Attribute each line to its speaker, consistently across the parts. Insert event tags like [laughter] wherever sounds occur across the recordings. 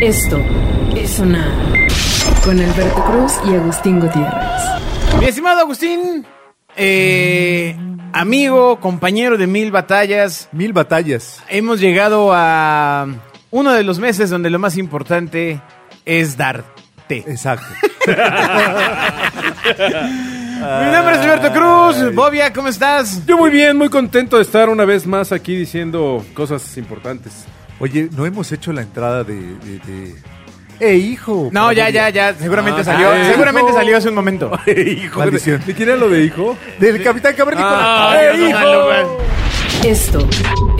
Speaker 1: Esto es sonar con Alberto Cruz y Agustín Gutiérrez.
Speaker 2: Mi estimado Agustín, eh, amigo, compañero de mil batallas,
Speaker 3: Mil batallas.
Speaker 2: hemos llegado a uno de los meses donde lo más importante es darte.
Speaker 3: Exacto.
Speaker 2: Mi nombre es Alberto Cruz. Bobia, ¿cómo estás?
Speaker 4: Yo muy bien, muy contento de estar una vez más aquí diciendo cosas importantes.
Speaker 3: Oye, no hemos hecho la entrada de. de, de- ¡Eh, hijo!
Speaker 2: No,
Speaker 3: Para
Speaker 2: ya,
Speaker 3: Bobia.
Speaker 2: ya, ya. Seguramente
Speaker 3: Ah,
Speaker 2: salió.
Speaker 3: hijo.
Speaker 2: Seguramente salió hace un momento.
Speaker 4: [laughs] hijo de,
Speaker 3: Maldición.
Speaker 4: ¿De quién era lo de hijo?
Speaker 3: Del Capitán Cavernícola.
Speaker 4: Ah,
Speaker 3: ¡Eh,
Speaker 4: Dios, ojalá, güey.
Speaker 3: hijo!
Speaker 1: Esto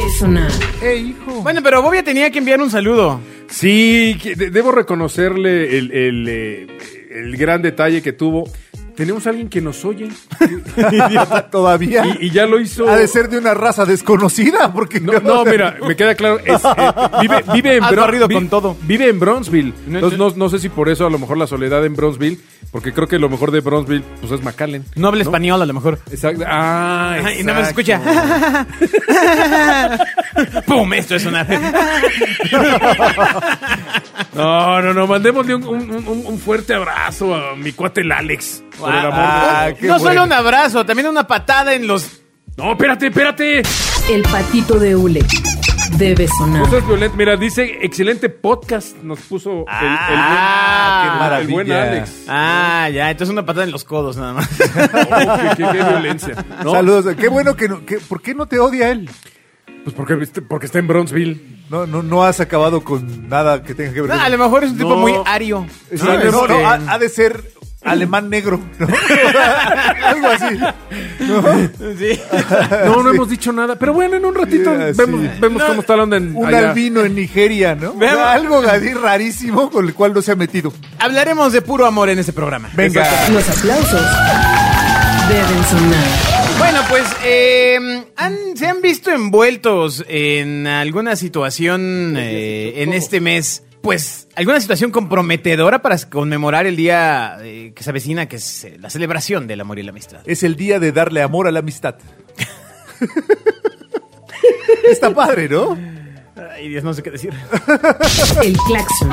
Speaker 1: es sonar
Speaker 3: ¡Eh, hijo!
Speaker 2: Bueno, pero Bobia tenía que enviar un saludo.
Speaker 4: Sí, que de- debo reconocerle el, el, eh, el gran detalle que tuvo. Tenemos a alguien que nos oye
Speaker 3: todavía.
Speaker 4: y, y ya lo hizo.
Speaker 3: [laughs] Ha de ser de una raza desconocida, porque.
Speaker 4: No, no, mira, me queda claro. es, eh, vive, vive en
Speaker 2: Has
Speaker 4: Bron-
Speaker 2: barrido
Speaker 4: vi-
Speaker 2: con todo.
Speaker 4: Vive en Bronzeville.
Speaker 2: No,
Speaker 4: Entonces, no, no sé si por eso a lo mejor la soledad en Bronzeville, porque creo que lo mejor de Bronzeville pues es McAllen.
Speaker 2: No habla español, a lo mejor.
Speaker 4: Exacto. Ah,
Speaker 2: Ajá, Y nada más
Speaker 4: exacto.
Speaker 2: escucha. ¡Pum! Esto es sonar.
Speaker 4: [laughs] No, no, no, mandémosle un, un- un- un fuerte abrazo a mi cuate el Alex. Por
Speaker 2: [laughs]
Speaker 4: el amor de-
Speaker 3: Ah, qué
Speaker 2: no solo
Speaker 3: bueno.
Speaker 2: un abrazo, también una patada en los.
Speaker 4: No, espérate, espérate.
Speaker 1: el patito de hule. Debe sonar.
Speaker 4: No seas violento. Mira, dice excelente podcast. Nos puso el- el,
Speaker 2: Ah,
Speaker 4: buen-
Speaker 2: qué
Speaker 4: el buen
Speaker 3: maravilla.
Speaker 4: Alex.
Speaker 2: Ah, ya, entonces una patada en los codos nada más.
Speaker 4: Oh, qué, qué- qué violencia. ¿no?
Speaker 3: Saludos. Qué bueno que, no- que- ¿Por qué no te odia él?
Speaker 4: Pues porque, porque está en Bronzeville.
Speaker 3: No, no, no has acabado con nada que tenga que
Speaker 2: [laughs]
Speaker 3: ver
Speaker 4: Ah,
Speaker 2: No,
Speaker 3: con.
Speaker 2: a lo mejor es un tipo
Speaker 4: No.
Speaker 2: muy ario.
Speaker 3: Sí,
Speaker 2: Ah,
Speaker 3: no,
Speaker 2: este,
Speaker 3: no, ha, ha de ser alemán negro. ¿no? [laughs] Algo así. ¿no?
Speaker 4: [laughs]
Speaker 2: sí. [laughs]
Speaker 4: No, no hemos dicho nada. Pero bueno, en un ratito
Speaker 3: Yeah,
Speaker 4: vemos,
Speaker 3: sí.
Speaker 4: vemos cómo está la onda en
Speaker 3: Un
Speaker 4: allá.
Speaker 3: albino en Nigeria,
Speaker 2: [laughs]
Speaker 3: ¿no?
Speaker 2: Veamos.
Speaker 3: Algo así rarísimo con el cual no se ha metido.
Speaker 2: Hablaremos de puro amor en este programa.
Speaker 3: Venga.
Speaker 1: Los aplausos deben sonar.
Speaker 2: Bueno, pues eh, han- se han visto envueltos en alguna situación eh, en este mes. Pues alguna situación comprometedora para conmemorar el día eh, que se avecina, que es eh, la celebración del amor y la amistad.
Speaker 3: Es el día de darle amor a la amistad. [laughs] Está padre, ¿no?
Speaker 2: Ay, Dios, no sé qué decir.
Speaker 1: El claxon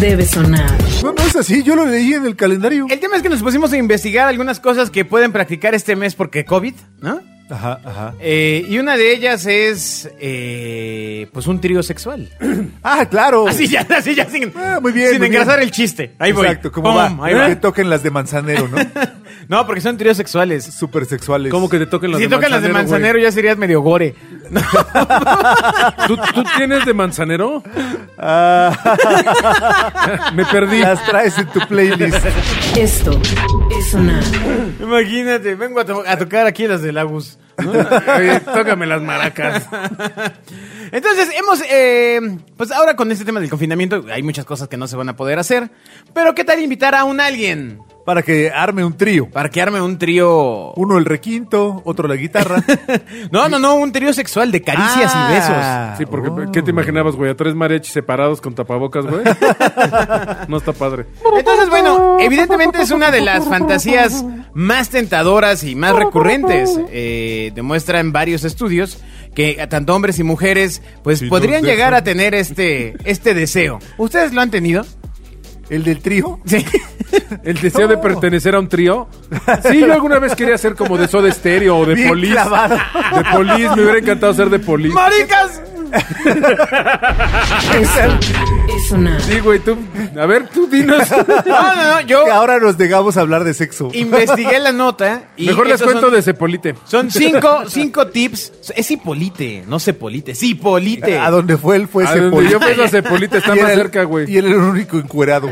Speaker 1: debe sonar.
Speaker 3: No, no es así, yo lo leí en el calendario.
Speaker 2: El tema es que nos pusimos a investigar algunas cosas que pueden practicar este mes porque COVID, ¿no?
Speaker 3: Ajá, ajá.
Speaker 2: Eh, y una de ellas es, eh, pues, un trío sexual.
Speaker 3: Ah,
Speaker 2: [laughs]
Speaker 3: claro.
Speaker 2: Así ya, así ya, sin,
Speaker 3: Ah, muy bien,
Speaker 2: sin
Speaker 3: muy
Speaker 2: engrasar
Speaker 3: bien.
Speaker 2: el chiste. Ahí voy.
Speaker 3: Exacto, como
Speaker 2: Pum,
Speaker 3: va.
Speaker 2: ahí va.
Speaker 3: Que toquen las de
Speaker 2: [laughs]
Speaker 3: manzanero, ¿no?
Speaker 2: No, porque son tríos sexuales.
Speaker 3: Supersexuales.
Speaker 4: ¿Cómo que te toquen las
Speaker 2: si
Speaker 4: de
Speaker 2: tocan las de
Speaker 4: manzanero?
Speaker 2: manzanero ya serías medio gore.
Speaker 4: güey? ¿Tú, tú tienes de manzanero? [laughs] Me perdí.
Speaker 3: Ah. Las traes en tu
Speaker 2: [laughs]
Speaker 3: playlist.
Speaker 1: Esto es sonar.
Speaker 2: Imagínate, vengo a, to- a tocar aquí las del Agus.
Speaker 4: Oye, tócame las maracas.
Speaker 2: [laughs] Entonces, hemos, eh, pues ahora con este tema del confinamiento, hay muchas cosas que no se van a poder hacer. Pero, ¿qué tal invitar a un alguien
Speaker 3: Para que arme un trío.
Speaker 2: para que arme un trío?
Speaker 3: Uno el requinto, otro
Speaker 2: [laughs]
Speaker 3: la guitarra.
Speaker 2: No, no, no, un trío sexual de caricias y besos.
Speaker 3: Ah,
Speaker 4: Sí, porque
Speaker 3: oh.
Speaker 4: ¿qué te imaginabas, güey? A tres mariachis separados con tapabocas, güey. No está padre.
Speaker 2: Entonces, bueno, evidentemente es una de las fantasías más tentadoras y más recurrentes. Eh, demuestran varios estudios que tanto hombres y mujeres pues
Speaker 3: Sí,
Speaker 2: podrían
Speaker 3: dos de
Speaker 2: llegar
Speaker 3: esos.
Speaker 2: a tener este, este deseo. ¿Ustedes lo han tenido?
Speaker 3: ¿El del trío?
Speaker 2: Sí.
Speaker 4: El deseo de
Speaker 3: No.
Speaker 4: pertenecer a un trío. Sí, yo alguna vez quería ser como de Soda Stereo o de
Speaker 3: Bien
Speaker 4: Police.
Speaker 3: clavado.
Speaker 4: De Police, me hubiera encantado ser de Police.
Speaker 2: ¡Maricas!
Speaker 1: Esto es sonar.
Speaker 4: Sí, güey, tú. A ver, tú dinos.
Speaker 2: No, no, no, yo
Speaker 3: Que ahora nos negamos a hablar de sexo. [laughs]
Speaker 2: investigué la nota y
Speaker 4: Mejor les
Speaker 2: estos
Speaker 4: cuento
Speaker 2: son-
Speaker 4: de Cepolite.
Speaker 2: Son cinco, cinco tips. Es Hipolite, no Cepolite, es Hipolite.
Speaker 3: A donde fue él fue
Speaker 4: A donde
Speaker 3: Cepolite.
Speaker 4: yo fuese a Cepolite,
Speaker 3: [laughs]
Speaker 4: está
Speaker 3: Y
Speaker 4: más
Speaker 3: era el-
Speaker 4: cerca, güey.
Speaker 3: Y él era el único encuerado.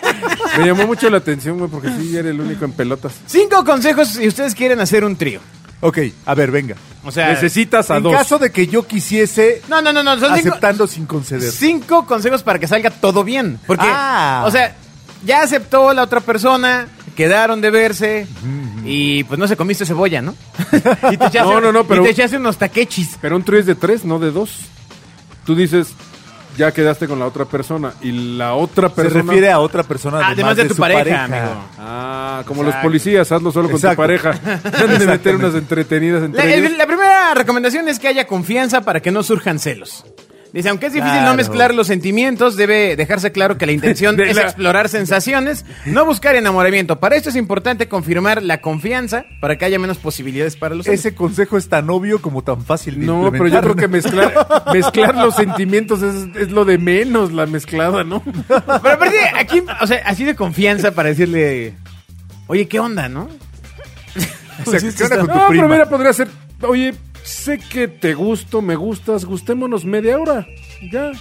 Speaker 3: [laughs]
Speaker 4: Me llamó mucho la atención, güey, porque sí, era el único en pelotas.
Speaker 2: Cinco consejos si ustedes quieren hacer un trío.
Speaker 3: ok, a ver, venga.
Speaker 2: O sea,
Speaker 4: Necesitas a
Speaker 3: en
Speaker 4: dos.
Speaker 3: caso de que yo quisiese,
Speaker 2: No, no, no, no. Son cinco,
Speaker 3: aceptando sin conceder.
Speaker 2: cinco consejos para que salga todo bien. Porque,
Speaker 3: Ah.
Speaker 2: o sea, ya aceptó la otra persona, quedaron de verse y pues no se comiste cebolla, ¿no? [laughs] y te echaste,
Speaker 4: No, no, no, pero-
Speaker 2: y te echaste unos taquechis.
Speaker 4: Pero un trío es de tres, no de dos. Tú dices, ya quedaste con la otra persona. Y la otra
Speaker 3: Se
Speaker 4: persona.
Speaker 3: refiere a otra persona además,
Speaker 2: Ah, Además de, tu
Speaker 3: su
Speaker 2: pareja, amigo.
Speaker 4: Ah, como los policías, hazlo solo con
Speaker 3: Exacto.
Speaker 4: tu [laughs] pareja. Te Han de meter unas entretenidas
Speaker 2: La,
Speaker 4: entre
Speaker 2: el-
Speaker 4: ellos.
Speaker 2: la primera recomendación es que haya confianza para que no surjan celos. Dice, aunque es difícil no
Speaker 3: Claro.
Speaker 2: mezclar los sentimientos, debe dejarse claro que la intención
Speaker 4: De
Speaker 2: es
Speaker 4: la-
Speaker 2: explorar sensaciones, no buscar enamoramiento. Para esto es importante confirmar la confianza para que haya menos posibilidades para los hombres.
Speaker 3: Ese consejo es tan obvio como tan fácil de
Speaker 4: No, pero yo
Speaker 3: implementar. [laughs]
Speaker 4: creo que mezclar, mezclar los sentimientos es, es lo de menos, la mezclada, [laughs] ¿no?
Speaker 2: [laughs] Pero aparte, aquí, o sea, así de confianza para decirle, oye, ¿qué onda, no?
Speaker 3: O sea, ¿qué onda con tu
Speaker 4: No,
Speaker 3: prima?
Speaker 4: pero mira, podría ser, oye, sé que te gusto, me gustas, gustémonos media hora, ya.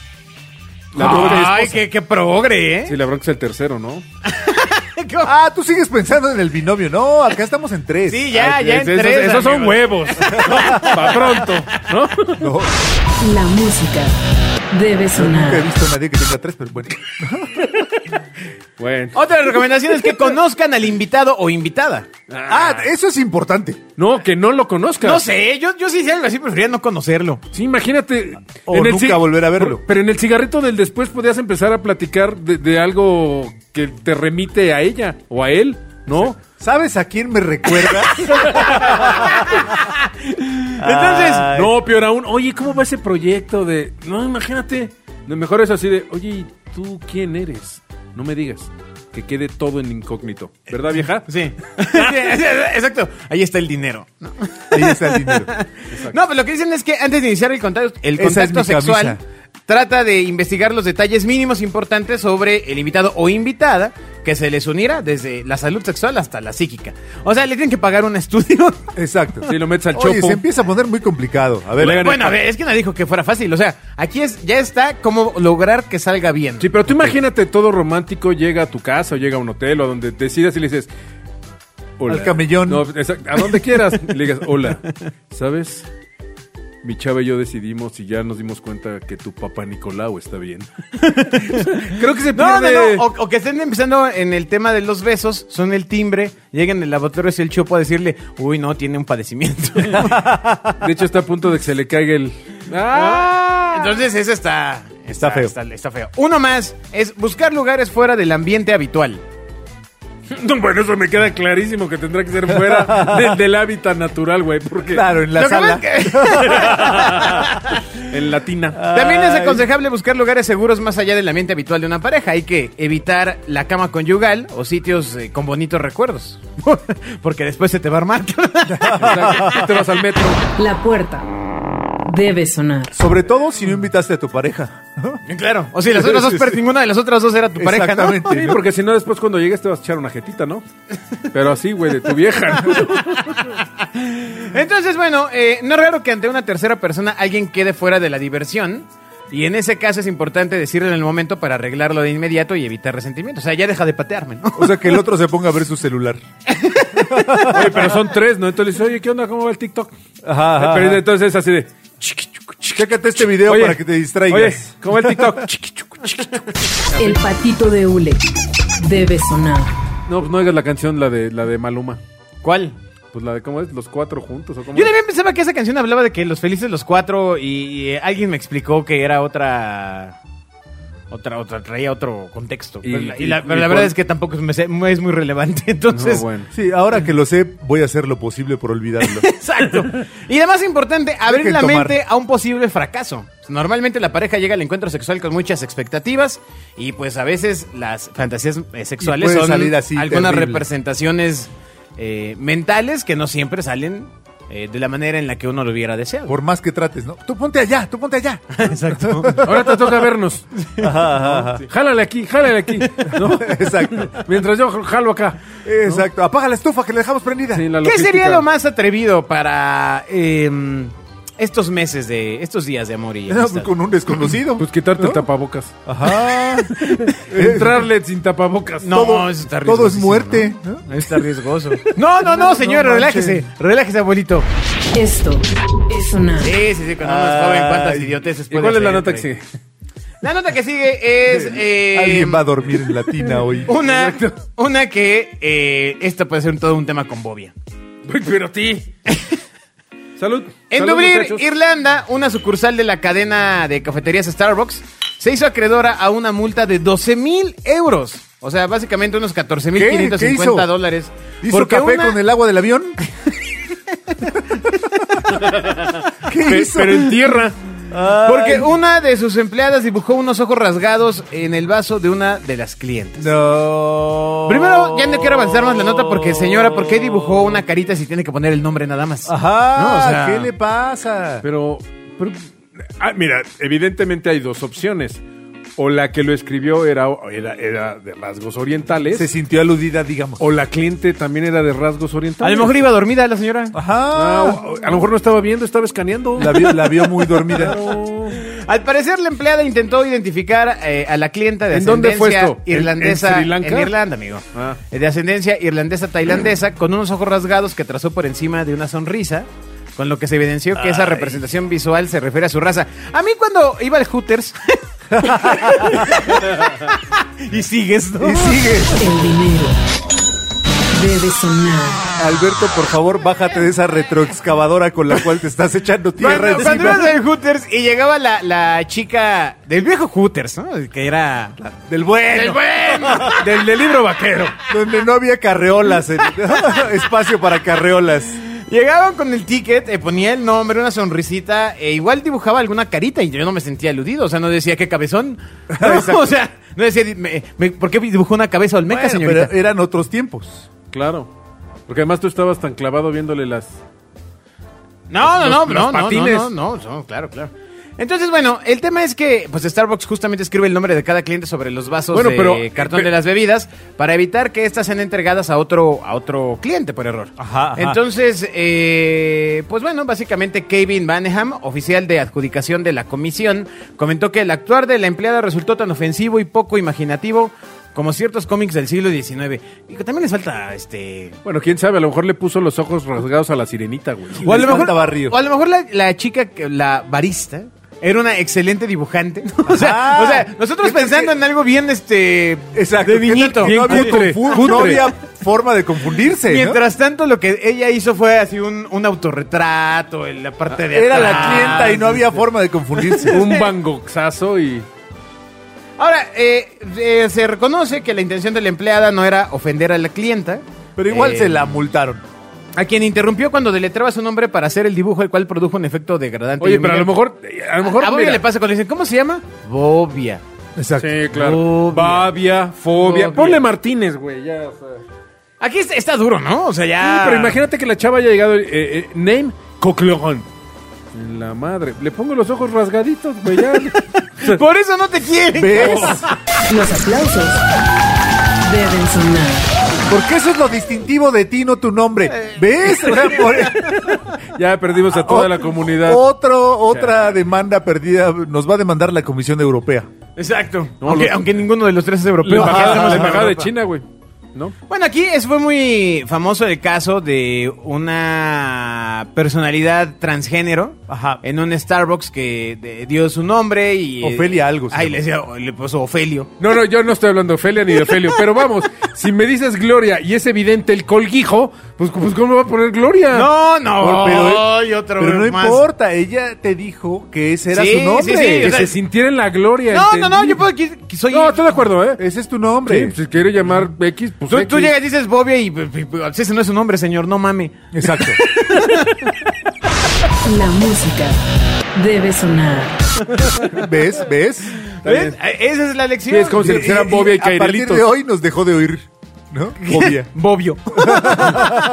Speaker 4: La bronca
Speaker 2: Ay,
Speaker 4: es-
Speaker 2: qué, qué progre, ¿eh?
Speaker 4: Sí, la bronca es el tercero, ¿no?
Speaker 2: [laughs]
Speaker 3: Ah, tú sigues pensando en el binomio. No, acá estamos en tres.
Speaker 2: Sí, ya,
Speaker 4: Ay,
Speaker 2: ya
Speaker 4: es-
Speaker 2: en
Speaker 4: esos-
Speaker 2: tres,
Speaker 4: Esos son
Speaker 2: amigos. [laughs]
Speaker 4: huevos. Para pronto, ¿no?
Speaker 3: No,
Speaker 1: La música debe
Speaker 3: nunca he
Speaker 1: sonar.
Speaker 3: visto a nadie que tenga tres, pero bueno.
Speaker 4: Bueno.
Speaker 2: Otra recomendación es que conozcan al invitado o invitada.
Speaker 3: Ah, eso es importante.
Speaker 4: No, que no lo conozcas.
Speaker 2: No sé, yo, yo sí, algo así preferiría no conocerlo.
Speaker 4: Sí, imagínate.
Speaker 3: O nunca
Speaker 4: ci-
Speaker 3: volver a verlo.
Speaker 4: Pero en el cigarrito del después podías empezar a platicar de, de algo que te remite a ella o a él, ¿no?
Speaker 3: ¿Sabes a quién me
Speaker 4: [laughs]
Speaker 3: recuerda?
Speaker 4: Entonces,
Speaker 3: Ay.
Speaker 4: no, peor aún, oye, ¿cómo va ese proyecto de.? No, imagínate. Lo mejor es así de, oye, ¿y ¿tú quién eres? No me digas. Que quede todo en incógnito. ¿Verdad, vieja?
Speaker 2: Sí. Sí, Exacto. Ahí está el dinero. No,
Speaker 3: Ahí está el dinero.
Speaker 2: No, pues lo que dicen es que antes de iniciar el contacto, el
Speaker 3: Esa es
Speaker 2: contacto
Speaker 3: mi
Speaker 2: sexual
Speaker 3: camisa.
Speaker 2: trata de investigar los detalles mínimos importantes sobre el invitado o invitada que se les unirá desde la salud sexual hasta la psíquica. O sea, le tienen que pagar un
Speaker 3: [laughs]
Speaker 2: estudio.
Speaker 3: Exacto.
Speaker 4: Sí, lo metes al
Speaker 3: Oye,
Speaker 4: chopo.
Speaker 3: se empieza a poner muy complicado. A
Speaker 4: Le
Speaker 3: ver,
Speaker 4: gané.
Speaker 2: Bueno, a ver, es que no dijo que fuera fácil. O sea, aquí es ya está cómo lograr que salga bien.
Speaker 4: Sí, pero tú imagínate todo romántico, llega a tu casa o llega a un hotel o a donde decidas y le dices. Hola.
Speaker 3: Al camellón.
Speaker 4: No, exacto, a donde quieras. y le digas, hola. ¿Sabes? Mi chava y yo decidimos y ya nos dimos cuenta que tu papá Nicolau está bien. Creo que se
Speaker 2: No,
Speaker 4: pierde.
Speaker 2: no, no. O, o que estén empezando en el tema de los besos, son el timbre, llegan el lavatorio y el chopo a decirle, uy, no, tiene un padecimiento.
Speaker 4: De hecho, está a punto de que se le caiga el.
Speaker 2: Entonces, eso está.
Speaker 3: Está feo.
Speaker 2: Está, está feo. Uno más es buscar lugares fuera del ambiente habitual.
Speaker 4: No, bueno, eso me queda clarísimo que tendrá que ser fuera del, del hábitat natural, güey. Porque
Speaker 3: claro, en
Speaker 2: Lo
Speaker 3: la
Speaker 2: que pasa
Speaker 3: sala.
Speaker 2: es que-
Speaker 4: en latina.
Speaker 2: [laughs] También es
Speaker 3: Ay.
Speaker 2: aconsejable buscar lugares seguros más allá del ambiente habitual de una pareja. Hay que evitar la cama conyugal o sitios eh, con bonitos recuerdos. [laughs] Porque después se te va a armar. [laughs]
Speaker 4: Exacto, Te vas al metro.
Speaker 1: La puerta debe sonar.
Speaker 3: Sobre todo si no invitaste a tu pareja.
Speaker 2: claro. O si las otras dos,
Speaker 3: Sí, sí,
Speaker 2: pero
Speaker 3: sí.
Speaker 2: ninguna de las otras dos era tu pareja, ¿no?
Speaker 3: Exactamente.
Speaker 4: Sí, porque si no, después cuando llegues te vas a echar una jetita, ¿no? Pero así, güey, de tu vieja. ¿no?
Speaker 2: Entonces, bueno, eh, no es raro que ante una tercera persona alguien quede fuera de la diversión. Y en ese caso es importante decirlo en el momento para arreglarlo de inmediato y evitar resentimiento. O sea, ya deja de patearme, ¿no?
Speaker 3: O sea, que el otro se ponga a ver su celular.
Speaker 4: Oye, pero son tres, ¿no? Entonces le dices, oye, ¿qué onda? ¿Cómo va el TikTok?
Speaker 3: Ajá, ajá,
Speaker 4: Pero
Speaker 3: ajá.
Speaker 4: entonces es así de.
Speaker 3: Chécate este video
Speaker 4: oye,
Speaker 3: para que te distraigas.
Speaker 4: Oye, ¿cómo va el TikTok? [laughs]
Speaker 1: El patito de hule debe sonar.
Speaker 4: No, pues no oigas la canción, la de, la de Maluma.
Speaker 2: ¿Cuál?
Speaker 4: Pues la de, ¿cómo es? Los cuatro juntos. ¿o cómo
Speaker 2: Yo
Speaker 3: [laughs]
Speaker 4: es?
Speaker 2: también pensaba que esa canción hablaba de que los felices los cuatro y, y, eh, alguien me explicó que era otra... Otra, otra, traía otro contexto.
Speaker 4: Y-
Speaker 2: pero la, y
Speaker 4: y-
Speaker 2: la- pero
Speaker 4: y
Speaker 2: la verdad
Speaker 4: cuál-
Speaker 2: es que tampoco me sé- es muy relevante, [laughs] entonces...
Speaker 4: No, bueno.
Speaker 3: Sí, ahora que lo sé, voy a hacer lo posible por olvidarlo. [laughs]
Speaker 2: Exacto. Y además importante, abrir
Speaker 3: Dejen
Speaker 2: la
Speaker 3: tomar.
Speaker 2: mente a un posible fracaso. Normalmente la pareja llega al encuentro sexual con muchas expectativas y pues a veces las fantasías eh, sexuales
Speaker 3: Y puede
Speaker 2: son
Speaker 3: salir así,
Speaker 2: algunas
Speaker 3: terrible.
Speaker 2: representaciones eh, mentales que no siempre salen eh, de la manera en la que uno lo hubiera deseado.
Speaker 3: Por más que trates, ¿no? Tú ponte allá, tú
Speaker 2: [laughs]
Speaker 3: ponte allá.
Speaker 2: Exacto.
Speaker 4: Ahora te toca vernos. Jálale aquí, jálale aquí.
Speaker 3: [laughs]
Speaker 4: ¿no?
Speaker 3: Exacto.
Speaker 4: [laughs] Mientras yo jalo acá.
Speaker 3: Exacto. Apaga la estufa que le dejamos prendida. [laughs]
Speaker 4: Sí, la
Speaker 2: ¿Qué sería
Speaker 4: logística.
Speaker 2: lo más atrevido para eh, estos meses de estos días de amor y
Speaker 3: No,
Speaker 2: amistad?
Speaker 3: con un desconocido.
Speaker 4: Pues quitarte
Speaker 3: [laughs]
Speaker 4: el tapabocas.
Speaker 3: Ajá.
Speaker 2: [laughs]
Speaker 3: [laughs] Eh,
Speaker 4: Entrarle sin tapabocas.
Speaker 2: No,
Speaker 3: todo-
Speaker 2: eso está
Speaker 3: todo es
Speaker 2: riesgosísimo,
Speaker 3: muerte,
Speaker 2: ¿no? Está
Speaker 3: [laughs]
Speaker 2: riesgoso. No, no, no, señor,
Speaker 3: No manches.
Speaker 2: relájese. Relájese, abuelito.
Speaker 1: Esto es sonar.
Speaker 2: Sí, sí, sí, cuando uno es joven, cuántas
Speaker 3: Ay.
Speaker 2: idioteces
Speaker 4: ¿Y
Speaker 2: puede
Speaker 4: cuál es la
Speaker 2: hacer,
Speaker 4: nota que
Speaker 2: güey?
Speaker 4: sigue?
Speaker 2: La nota que sigue es... eh,
Speaker 3: [laughs] Alguien va a dormir en
Speaker 2: [laughs]
Speaker 3: la tina hoy.
Speaker 2: Una, una que... eh, esta puede ser un- todo un tema con Bobia.
Speaker 4: [laughs] Pero
Speaker 3: [laughs]
Speaker 4: ti. Salud.
Speaker 2: En
Speaker 4: Salud,
Speaker 2: Dublín,
Speaker 4: muchachos.
Speaker 2: Irlanda, una sucursal de la cadena de cafeterías Starbucks se hizo acreedora a una multa de 12 mil euros. O sea, básicamente unos 14 mil
Speaker 3: ¿Qué? ¿Qué hizo?
Speaker 2: 550 dólares.
Speaker 3: ¿Hizo
Speaker 2: Porque
Speaker 3: café
Speaker 2: una-
Speaker 3: con el agua del avión? ¿Qué
Speaker 4: Pe-
Speaker 3: hizo?
Speaker 4: Pero en tierra.
Speaker 2: Porque una de sus empleadas dibujó unos ojos rasgados en el vaso de una de las clientes.
Speaker 3: No.
Speaker 2: Primero, ya [laughs] no quiero avanzar más la nota porque, señora, ¿por qué dibujó una carita si tiene que poner el nombre nada más?
Speaker 3: Ajá.
Speaker 2: No, o sea-
Speaker 3: ¿Qué le pasa?
Speaker 4: Pero, pero- ah, mira, evidentemente hay dos opciones. O la que lo escribió era, era, era de rasgos orientales.
Speaker 3: Se sintió aludida,
Speaker 2: Oh,
Speaker 3: digamos.
Speaker 4: O la cliente también era de rasgos
Speaker 2: A
Speaker 4: orientales.
Speaker 2: lo mejor iba dormida la señora.
Speaker 3: Ajá.
Speaker 4: Ah, o- o- a lo mejor no estaba viendo, estaba escaneando.
Speaker 3: La vio, la vio muy dormida.
Speaker 2: Al parecer, la empleada intentó identificar eh, a la clienta de
Speaker 4: ¿En dónde
Speaker 2: ascendencia
Speaker 4: fue esto? ¿En-
Speaker 2: irlandesa
Speaker 4: en Sri Lanka?
Speaker 2: Irlanda, amigo.
Speaker 4: Ah.
Speaker 2: Eh, De ascendencia irlandesa-tailandesa, con unos ojos rasgados que trazó por encima de una sonrisa. Con lo que se evidenció que esa representación visual se refiere a su raza. A mí cuando iba al
Speaker 4: [laughs]
Speaker 2: Hooters... [laughs] y sigues, ¿no?
Speaker 3: Y sigue.
Speaker 1: El dinero debe sonar.
Speaker 3: Alberto, por favor, bájate de esa retroexcavadora con la cual te estás echando tierra
Speaker 2: Cuando, cuando
Speaker 3: encima.
Speaker 2: ibas al Hooters y llegaba la, la chica del viejo Hooters, ¿no? Que era...
Speaker 3: Del bueno.
Speaker 2: ¡El bueno!
Speaker 4: Del, del libro vaquero.
Speaker 3: Donde no había carreolas. en- [laughs] espacio para carreolas.
Speaker 2: Llegaban con el ticket, eh, ponía el nombre, una sonrisita, e igual dibujaba alguna carita y yo no me sentía aludido. O sea, no decía qué cabezón.
Speaker 3: [laughs]
Speaker 2: [laughs] o sea, no decía, di- me- me- ¿por qué dibujó una cabeza olmeca,
Speaker 3: Bueno,
Speaker 2: señorita?
Speaker 3: pero eran otros tiempos.
Speaker 4: [laughs] Claro. Porque además tú estabas tan clavado viéndole las.
Speaker 2: No, no, no,
Speaker 4: los-
Speaker 2: no,
Speaker 4: los
Speaker 2: no,
Speaker 4: patines.
Speaker 2: no, no, no, no, claro, claro. Entonces, bueno, el tema es que pues Starbucks justamente escribe el nombre de cada cliente sobre los vasos
Speaker 4: Bueno,
Speaker 2: de
Speaker 4: pero-
Speaker 2: cartón
Speaker 4: pe-
Speaker 2: de las bebidas para evitar que estas sean entregadas a otro a otro cliente por error.
Speaker 3: Ajá, ajá.
Speaker 2: Entonces, eh, pues bueno, básicamente Kevin Banham, oficial de adjudicación de la comisión, comentó que el actuar de la empleada resultó tan ofensivo y poco imaginativo como ciertos cómics del siglo XIX. Y que también les falta este
Speaker 4: Bueno, quién sabe, a lo mejor le puso los ojos rasgados a la
Speaker 2: [laughs]
Speaker 4: sirenita, güey.
Speaker 2: o a lo
Speaker 3: Les
Speaker 2: mejor,
Speaker 3: falta barrio.
Speaker 2: o a lo mejor la, la chica, que- la barista, era una excelente dibujante. [laughs] O sea,
Speaker 3: Ajá.
Speaker 2: o sea, nosotros
Speaker 3: ¿Qué tal
Speaker 2: pensando
Speaker 3: que-
Speaker 2: en algo bien este
Speaker 3: Exacto.
Speaker 2: de
Speaker 3: ¿Qué
Speaker 2: niñito.
Speaker 3: tal que No había,
Speaker 4: cutre,
Speaker 3: confu-
Speaker 4: cutre.
Speaker 3: no había forma de confundirse. ¿no?
Speaker 2: Mientras tanto, lo que ella hizo fue así un, un autorretrato en la parte de
Speaker 3: Era la
Speaker 2: atrás.
Speaker 3: clienta y no había forma de confundirse.
Speaker 4: Un bangoxazo y.
Speaker 2: Ahora, eh, eh, se reconoce que la intención de la empleada no era ofender a la clienta.
Speaker 3: Pero igual
Speaker 2: Eh,
Speaker 3: se la multaron.
Speaker 2: A quien interrumpió cuando deletreaba su nombre para hacer el dibujo, el cual produjo un efecto degradante. y
Speaker 4: Oye, pero a lo
Speaker 2: humillante.
Speaker 4: mejor. A lo mejor.
Speaker 2: A, a Bobia
Speaker 4: mira.
Speaker 2: le pasa cuando le dicen, ¿cómo se llama? Bobia.
Speaker 3: Exacto.
Speaker 4: Sí, claro.
Speaker 2: Fobia.
Speaker 4: Babia, fobia.
Speaker 2: Fobia.
Speaker 4: Ponle Martínez, güey, ya, o sea.
Speaker 2: Aquí está, está duro, ¿no? O sea, ya.
Speaker 4: Sí, pero imagínate que la chava haya llegado. eh, eh, name Cocleón. La madre. Le pongo los ojos rasgaditos, güey.
Speaker 2: [laughs]
Speaker 4: Ya.
Speaker 2: Por eso no te quieren.
Speaker 3: ¿Ves?
Speaker 1: Los aplausos deben sonar.
Speaker 3: Porque eso es lo distintivo de ti, no tu nombre.
Speaker 2: Eh.
Speaker 3: ¿Ves? O sea, por-
Speaker 4: ya perdimos a toda la comunidad.
Speaker 3: Otro, otra demanda perdida. Nos va a demandar la Comisión Europea.
Speaker 2: Exacto.
Speaker 4: No,
Speaker 2: aunque,
Speaker 4: los-
Speaker 2: aunque ninguno de los tres es
Speaker 4: La
Speaker 2: europeo.
Speaker 4: embajada,
Speaker 2: Estamos
Speaker 4: la
Speaker 2: en
Speaker 4: embajada de
Speaker 2: Europa.
Speaker 4: China, güey. ¿No?
Speaker 2: Bueno, aquí es, fue muy famoso el caso de una personalidad transgénero
Speaker 3: Ajá.
Speaker 2: en un Starbucks que de- dio su nombre y. eh,
Speaker 3: Ofelia algo se
Speaker 2: Ay,
Speaker 3: llama.
Speaker 2: le, decía, le puso Ofelio.
Speaker 4: No, no, yo no estoy hablando de Ofelia ni
Speaker 2: [laughs]
Speaker 4: de Ofelio, pero vamos, si me dices Gloria y es evidente el colguijo, pues, pues ¿cómo va a poner Gloria?
Speaker 2: No, no.
Speaker 3: Pero-
Speaker 2: y otro
Speaker 3: Pero no
Speaker 2: más.
Speaker 3: importa, ella te dijo que ese era
Speaker 2: Sí,
Speaker 3: su nombre.
Speaker 2: sí, sí,
Speaker 4: que
Speaker 2: o sea,
Speaker 4: se sintiera en la gloria.
Speaker 2: No, no, no,
Speaker 4: ¿entendí?
Speaker 2: yo puedo aquí. que Soy,
Speaker 4: No, estoy de acuerdo, ¿eh?
Speaker 3: Ese es tu
Speaker 4: Sí,
Speaker 3: nombre.
Speaker 4: pues, si quiere llamar X, pues
Speaker 2: tú, tú
Speaker 4: X.
Speaker 2: llegas y dices Bobia y. y- y- Ese no es su nombre, señor, no mame.
Speaker 3: Exacto.
Speaker 1: La música debe sonar.
Speaker 3: ¿Ves? ¿Ves?
Speaker 2: ¿Ves? Eh, Esa es la lección.
Speaker 4: Sí, es como si le pusieran Bobia y
Speaker 3: pues, a partir
Speaker 4: Cairelitos.
Speaker 3: de hoy nos dejó de oír, ¿no? [laughs] Bobia.
Speaker 2: Bobio.
Speaker 4: [laughs]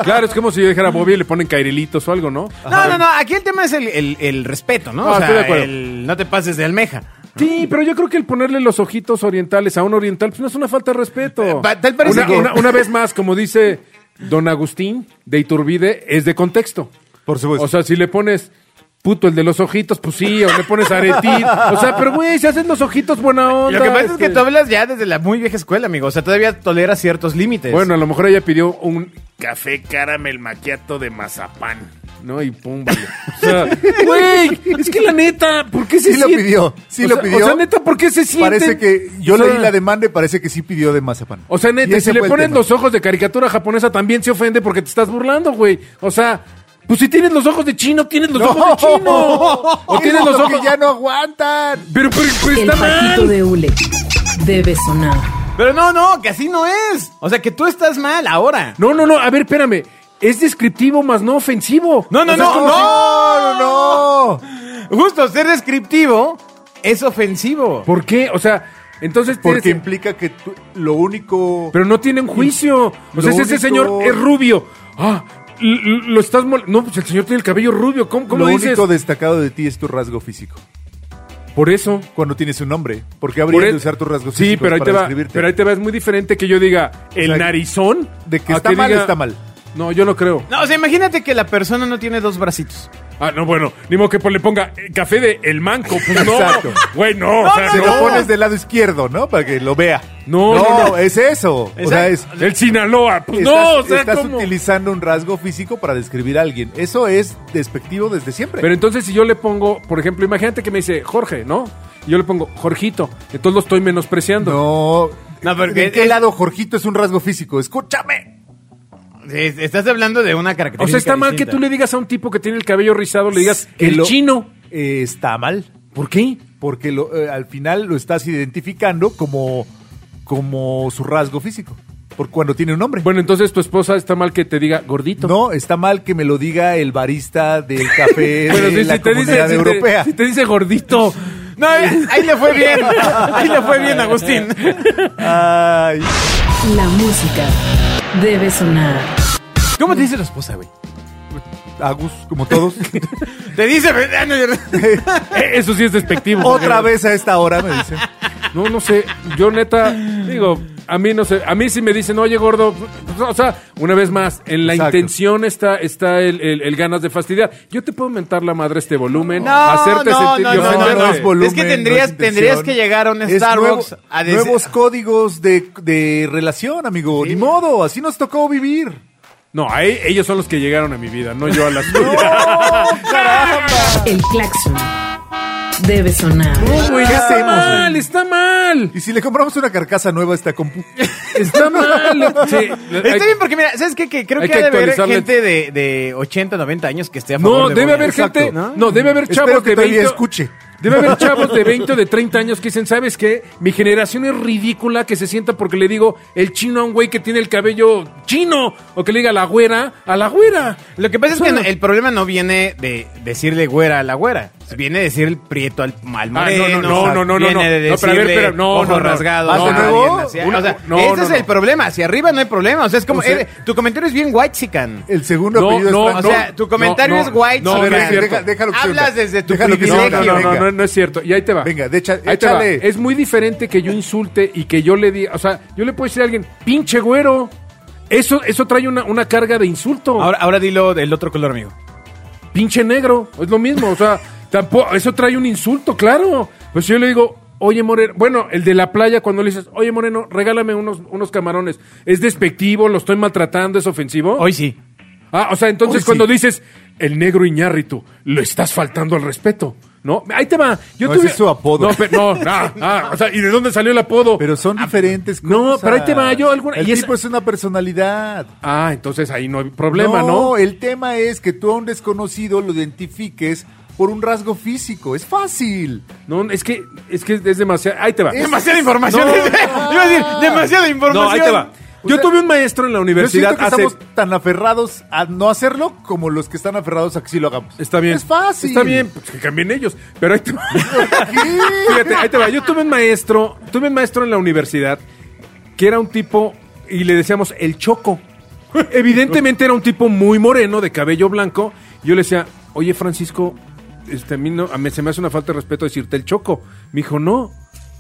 Speaker 4: Claro, es como si yo dijera Bobby y le ponen cairelitos o algo, ¿no?
Speaker 2: No, no, no, aquí el tema es el, el- el respeto, ¿no?
Speaker 4: No, estoy de acuerdo.
Speaker 2: el no te pases de almeja.
Speaker 4: Sí, pero yo creo que el ponerle los ojitos orientales a un oriental pues no es una falta de respeto.
Speaker 2: pa- Eh, tal parece
Speaker 4: una,
Speaker 2: que-
Speaker 4: una- una vez más, como dice don Agustín de Iturbide, es de contexto.
Speaker 3: Por
Speaker 2: Pues
Speaker 3: supuesto.
Speaker 4: O sea, si le pones puto el de los ojitos, pues sí, o le pones aretito. O sea, pero güey, si hacen los ojitos buena onda.
Speaker 2: Lo que pasa es
Speaker 4: este.
Speaker 2: que tú hablas ya desde la muy vieja escuela, amigo. O sea, todavía toleras ciertos límites.
Speaker 4: Bueno, a lo mejor ella pidió un café caramel maquiato de mazapán. No, y
Speaker 3: [laughs]
Speaker 4: pum, vale. O sea, güey, es que la neta, ¿por qué se
Speaker 3: Sí lo
Speaker 4: siente-
Speaker 3: pidió, sí
Speaker 4: O
Speaker 3: lo
Speaker 4: sea-
Speaker 3: pidió.
Speaker 4: O sea, neta, ¿por qué se siente?
Speaker 3: Parece que yo
Speaker 4: O sea,
Speaker 3: leí la demanda y parece que sí pidió de mazapán.
Speaker 4: O sea,
Speaker 3: Y
Speaker 4: neta,
Speaker 3: ese
Speaker 4: si le
Speaker 3: fue el
Speaker 4: ponen
Speaker 3: tema.
Speaker 4: los ojos de caricatura japonesa también se ofende porque te estás burlando, güey. O sea, pues si tienes los ojos de chino, tienes los ojos de chino.
Speaker 3: [laughs]
Speaker 4: O
Speaker 3: Eso
Speaker 4: tienes
Speaker 3: es
Speaker 4: los
Speaker 3: lo
Speaker 4: ojos.
Speaker 3: que ya no aguantan.
Speaker 4: Pero, pero, pero
Speaker 1: El
Speaker 4: está
Speaker 1: patito
Speaker 4: mal.
Speaker 1: de hule debe sonar.
Speaker 2: Pero no, no, que así no es. O sea, que tú estás mal ahora.
Speaker 4: No, no, no, a ver, espérame. Es descriptivo, más no ofensivo.
Speaker 2: No,
Speaker 4: O
Speaker 2: no,
Speaker 4: sea, es
Speaker 2: no,
Speaker 4: como
Speaker 2: no.
Speaker 3: No,
Speaker 4: si-
Speaker 3: no, no.
Speaker 2: Justo, ser descriptivo es ofensivo.
Speaker 4: ¿Por qué? O sea, entonces
Speaker 3: Porque
Speaker 4: tienes-
Speaker 3: implica que tú- lo único.
Speaker 4: Pero no tienen juicio. O sea,
Speaker 3: Lo
Speaker 4: si ese
Speaker 3: único-
Speaker 4: señor es rubio. Ah, l- l- lo estás mol- No, pues el señor tiene el cabello rubio. ¿Cómo, cómo
Speaker 3: lo
Speaker 4: dices?
Speaker 3: único destacado de ti es tu rasgo físico.
Speaker 4: Por eso.
Speaker 3: Cuando tienes un nombre. Porque habría
Speaker 4: Por
Speaker 3: de
Speaker 4: e-
Speaker 3: usar tus rasgos
Speaker 4: Sí,
Speaker 3: físicos
Speaker 4: pero ahí,
Speaker 3: para
Speaker 4: te va,
Speaker 3: describirte.
Speaker 4: pero ahí te va. Es muy diferente que yo diga el
Speaker 3: O sea,
Speaker 4: narizón.
Speaker 3: de que
Speaker 4: a
Speaker 3: está mal, está mal.
Speaker 4: No, yo no creo.
Speaker 2: No, o sea, imagínate que la persona no tiene dos bracitos.
Speaker 4: Ah, no, bueno. Ni modo que pues, le ponga eh, café de el manco. Pues no.
Speaker 3: Exacto.
Speaker 4: Güey, no. o sea,
Speaker 3: Se
Speaker 4: no.
Speaker 3: lo pones del lado izquierdo, ¿no? Para que lo vea.
Speaker 4: No, no, no.
Speaker 3: es eso. O sea, es.
Speaker 4: El Sinaloa. Pues
Speaker 3: Estás,
Speaker 4: no, o sea,
Speaker 3: estás
Speaker 4: ¿cómo?
Speaker 3: utilizando un rasgo físico para describir a alguien. Eso es despectivo desde siempre.
Speaker 4: Pero entonces si yo le pongo, por ejemplo, imagínate que me dice Jorge, ¿no? Y yo le pongo Jorgito, entonces lo estoy menospreciando.
Speaker 3: no.
Speaker 2: No, porque
Speaker 3: ¿De qué
Speaker 2: es-
Speaker 3: lado Jorgito es un rasgo físico? Escúchame.
Speaker 2: Eh, Estás hablando de una característica.
Speaker 4: o sea, está mal
Speaker 2: distinta.
Speaker 4: que tú le digas a un tipo que tiene el cabello rizado, le digas
Speaker 3: Que
Speaker 4: el
Speaker 3: lo-
Speaker 4: chino.
Speaker 3: Eh, está mal.
Speaker 4: ¿Por qué?
Speaker 3: Porque lo- eh, al final lo estás identificando como, como su rasgo físico. Por cuando tiene un nombre.
Speaker 4: Bueno, entonces tu esposa está mal que te diga gordito.
Speaker 3: no, está mal que me lo diga el barista del
Speaker 4: [laughs]
Speaker 3: café
Speaker 4: Pero
Speaker 3: de
Speaker 4: si,
Speaker 3: la
Speaker 4: si te dice,
Speaker 3: comunidad
Speaker 4: si te-
Speaker 3: europea.
Speaker 4: si te dice gordito.
Speaker 2: No, ahí ahí le fue
Speaker 4: [laughs]
Speaker 2: bien. Ahí le fue bien, Agustín.
Speaker 3: Ay.
Speaker 1: La música debe sonar.
Speaker 2: ¿Cómo te dice tu esposa, güey?
Speaker 3: Agus, como
Speaker 4: [laughs]
Speaker 3: todos.
Speaker 2: Te dice. Ah, no, yo-
Speaker 4: Eh, Eso sí es despectivo.
Speaker 3: Otra
Speaker 4: porque-
Speaker 3: vez a esta hora me dicen.
Speaker 4: No, no sé. Yo neta, digo, a mí no sé. A mí sí me dicen, oye, gordo. pues, O sea, una vez más, en la
Speaker 3: Exacto.
Speaker 4: intención está, está el, el- el ganas de fastidiar. Yo te puedo mentar la madre este volumen,
Speaker 2: No,
Speaker 4: hacerte
Speaker 2: no,
Speaker 4: sentir
Speaker 2: no,
Speaker 4: y
Speaker 2: no, no,
Speaker 4: ofenderte.
Speaker 2: no, es volumen, que tendrías-
Speaker 3: intención.
Speaker 2: tendrías que llegar a un
Speaker 3: Es
Speaker 2: Starbucks
Speaker 3: nuevo-
Speaker 2: a decir-
Speaker 3: nuevos códigos de, de relación, amigo. Ni modo, así nos tocó vivir.
Speaker 4: No, ahí- ellos son los que llegaron a mi vida, no yo
Speaker 3: [laughs]
Speaker 4: a la
Speaker 3: ¡No,
Speaker 4: suya.
Speaker 3: caramba!
Speaker 1: El claxon debe sonar.
Speaker 4: No, güey,
Speaker 3: ¿Qué
Speaker 4: está
Speaker 3: hacemos,
Speaker 4: mal,
Speaker 3: güey?
Speaker 4: está mal.
Speaker 3: Y si le compramos una carcasa nueva a esta compu.
Speaker 4: Está mal. Sí, hay-
Speaker 2: Está bien, porque mira, ¿sabes qué? Que creo
Speaker 4: hay
Speaker 2: que,
Speaker 4: que
Speaker 2: ha de haber
Speaker 4: actualizarle.
Speaker 2: gente de, de 80, 90 años que esté a favor
Speaker 4: No,
Speaker 2: de
Speaker 4: debe
Speaker 2: Boyan.
Speaker 4: haber gente.
Speaker 2: Exacto,
Speaker 4: ¿no? debe haber
Speaker 3: Espero
Speaker 4: chavos
Speaker 3: que
Speaker 4: de
Speaker 3: todavía
Speaker 4: 20.
Speaker 3: escuche.
Speaker 4: Debe
Speaker 3: [laughs]
Speaker 4: haber chavos de 20 o de 30 años que dicen, ¿sabes qué? Mi generación es ridícula que se sienta porque le digo el chino a un güey que tiene el cabello chino o que le diga la güera a la güera.
Speaker 2: Lo que pasa es que
Speaker 4: Solo-
Speaker 2: el problema no viene de decirle güera a la güera. Viene de decir el prieto al, al
Speaker 4: no,
Speaker 2: moreno.
Speaker 4: Ah, no, no, no, no,
Speaker 2: Viene
Speaker 4: no.
Speaker 2: de
Speaker 4: No, pero a ver,
Speaker 2: decirle
Speaker 4: pero no,
Speaker 2: ojo
Speaker 4: no, no.
Speaker 2: rasgado.
Speaker 3: ¿Vas de
Speaker 2: a
Speaker 3: nuevo?
Speaker 2: alguien así.
Speaker 4: Una-
Speaker 2: o sea,
Speaker 4: no,
Speaker 2: ese
Speaker 4: no,
Speaker 2: es
Speaker 4: no.
Speaker 2: el problema. Hacia arriba no hay problema. O sea, es como...
Speaker 3: O sea-
Speaker 2: eh, tu comentario es bien whitezican. [laughs]
Speaker 3: El segundo
Speaker 4: No,
Speaker 3: apellido
Speaker 4: no,
Speaker 3: es
Speaker 2: O
Speaker 3: Franco.
Speaker 2: sea, tu comentario
Speaker 4: no,
Speaker 2: es white.
Speaker 4: no,
Speaker 3: A ver,
Speaker 4: no es cierto.
Speaker 3: deja- déjalo que
Speaker 2: Hablas
Speaker 3: suene.
Speaker 2: desde tu
Speaker 3: Déjalo que
Speaker 4: No,
Speaker 3: suene,
Speaker 4: no,
Speaker 2: privilegio.
Speaker 4: no,
Speaker 3: venga.
Speaker 4: no, no, no es cierto. Y ahí te va.
Speaker 3: Venga, de echa-
Speaker 4: Ahí te va.
Speaker 3: échale.
Speaker 4: Es muy diferente que yo insulte y que yo le diga. O sea, yo le puedo decir a alguien, pinche güero. Eso, eso trae una, una carga de insulto.
Speaker 2: Ahora, ahora dilo del otro color, amigo.
Speaker 4: pinche negro. Es lo mismo, o sea, tampoco, eso trae un insulto, claro. Pues yo le digo, oye Moreno, bueno, el de la playa cuando le dices, oye Moreno, regálame unos, unos camarones. ¿Es despectivo? ¿Lo estoy maltratando? ¿Es ofensivo?
Speaker 2: Hoy sí.
Speaker 4: Ah, o sea, entonces
Speaker 3: Hoy sí.
Speaker 4: cuando dices, el negro Iñárritu, lo estás faltando al respeto. No, ahí te va. Yo
Speaker 3: No,
Speaker 4: tuve-
Speaker 3: ese es su apodo.
Speaker 4: No, pero,
Speaker 3: [laughs]
Speaker 4: no, ah, ah, o sea, ¿y de dónde salió el apodo? Ah,
Speaker 3: Pero son diferentes cosas.
Speaker 4: no, pero ahí te va, yo alguna-
Speaker 3: El
Speaker 4: y es-
Speaker 3: tipo es una personalidad.
Speaker 4: Ah, entonces ahí no hay problema, ¿no?
Speaker 3: el tema es que tú a un desconocido lo identifiques por un rasgo físico. Es fácil.
Speaker 4: No, es que, es que es demasiado. Ahí te va.
Speaker 3: Es-
Speaker 2: Demasiada información.
Speaker 4: No,
Speaker 2: [laughs] Iba a decir, demasiada información.
Speaker 4: No, ahí te va.
Speaker 3: O
Speaker 4: Yo
Speaker 3: sea,
Speaker 4: tuve un maestro en la
Speaker 3: Yo
Speaker 4: universidad
Speaker 3: siento que
Speaker 4: hace-
Speaker 3: estamos tan aferrados a no hacerlo como los que están aferrados a que sí lo hagamos.
Speaker 4: Está bien.
Speaker 3: Es fácil. [laughs]
Speaker 4: Está bien, pues que cambien ellos. Pero ahí te va.
Speaker 3: ¿Qué?
Speaker 4: Fíjate, ahí te va. Yo tuve un maestro, tuve un maestro en la universidad que era un tipo y le decíamos el choco. Evidentemente era un tipo muy moreno, de cabello blanco. Yo le decía, oye Francisco, este, a mí no- a mí se me hace una falta de respeto decirte el choco. Me dijo, no,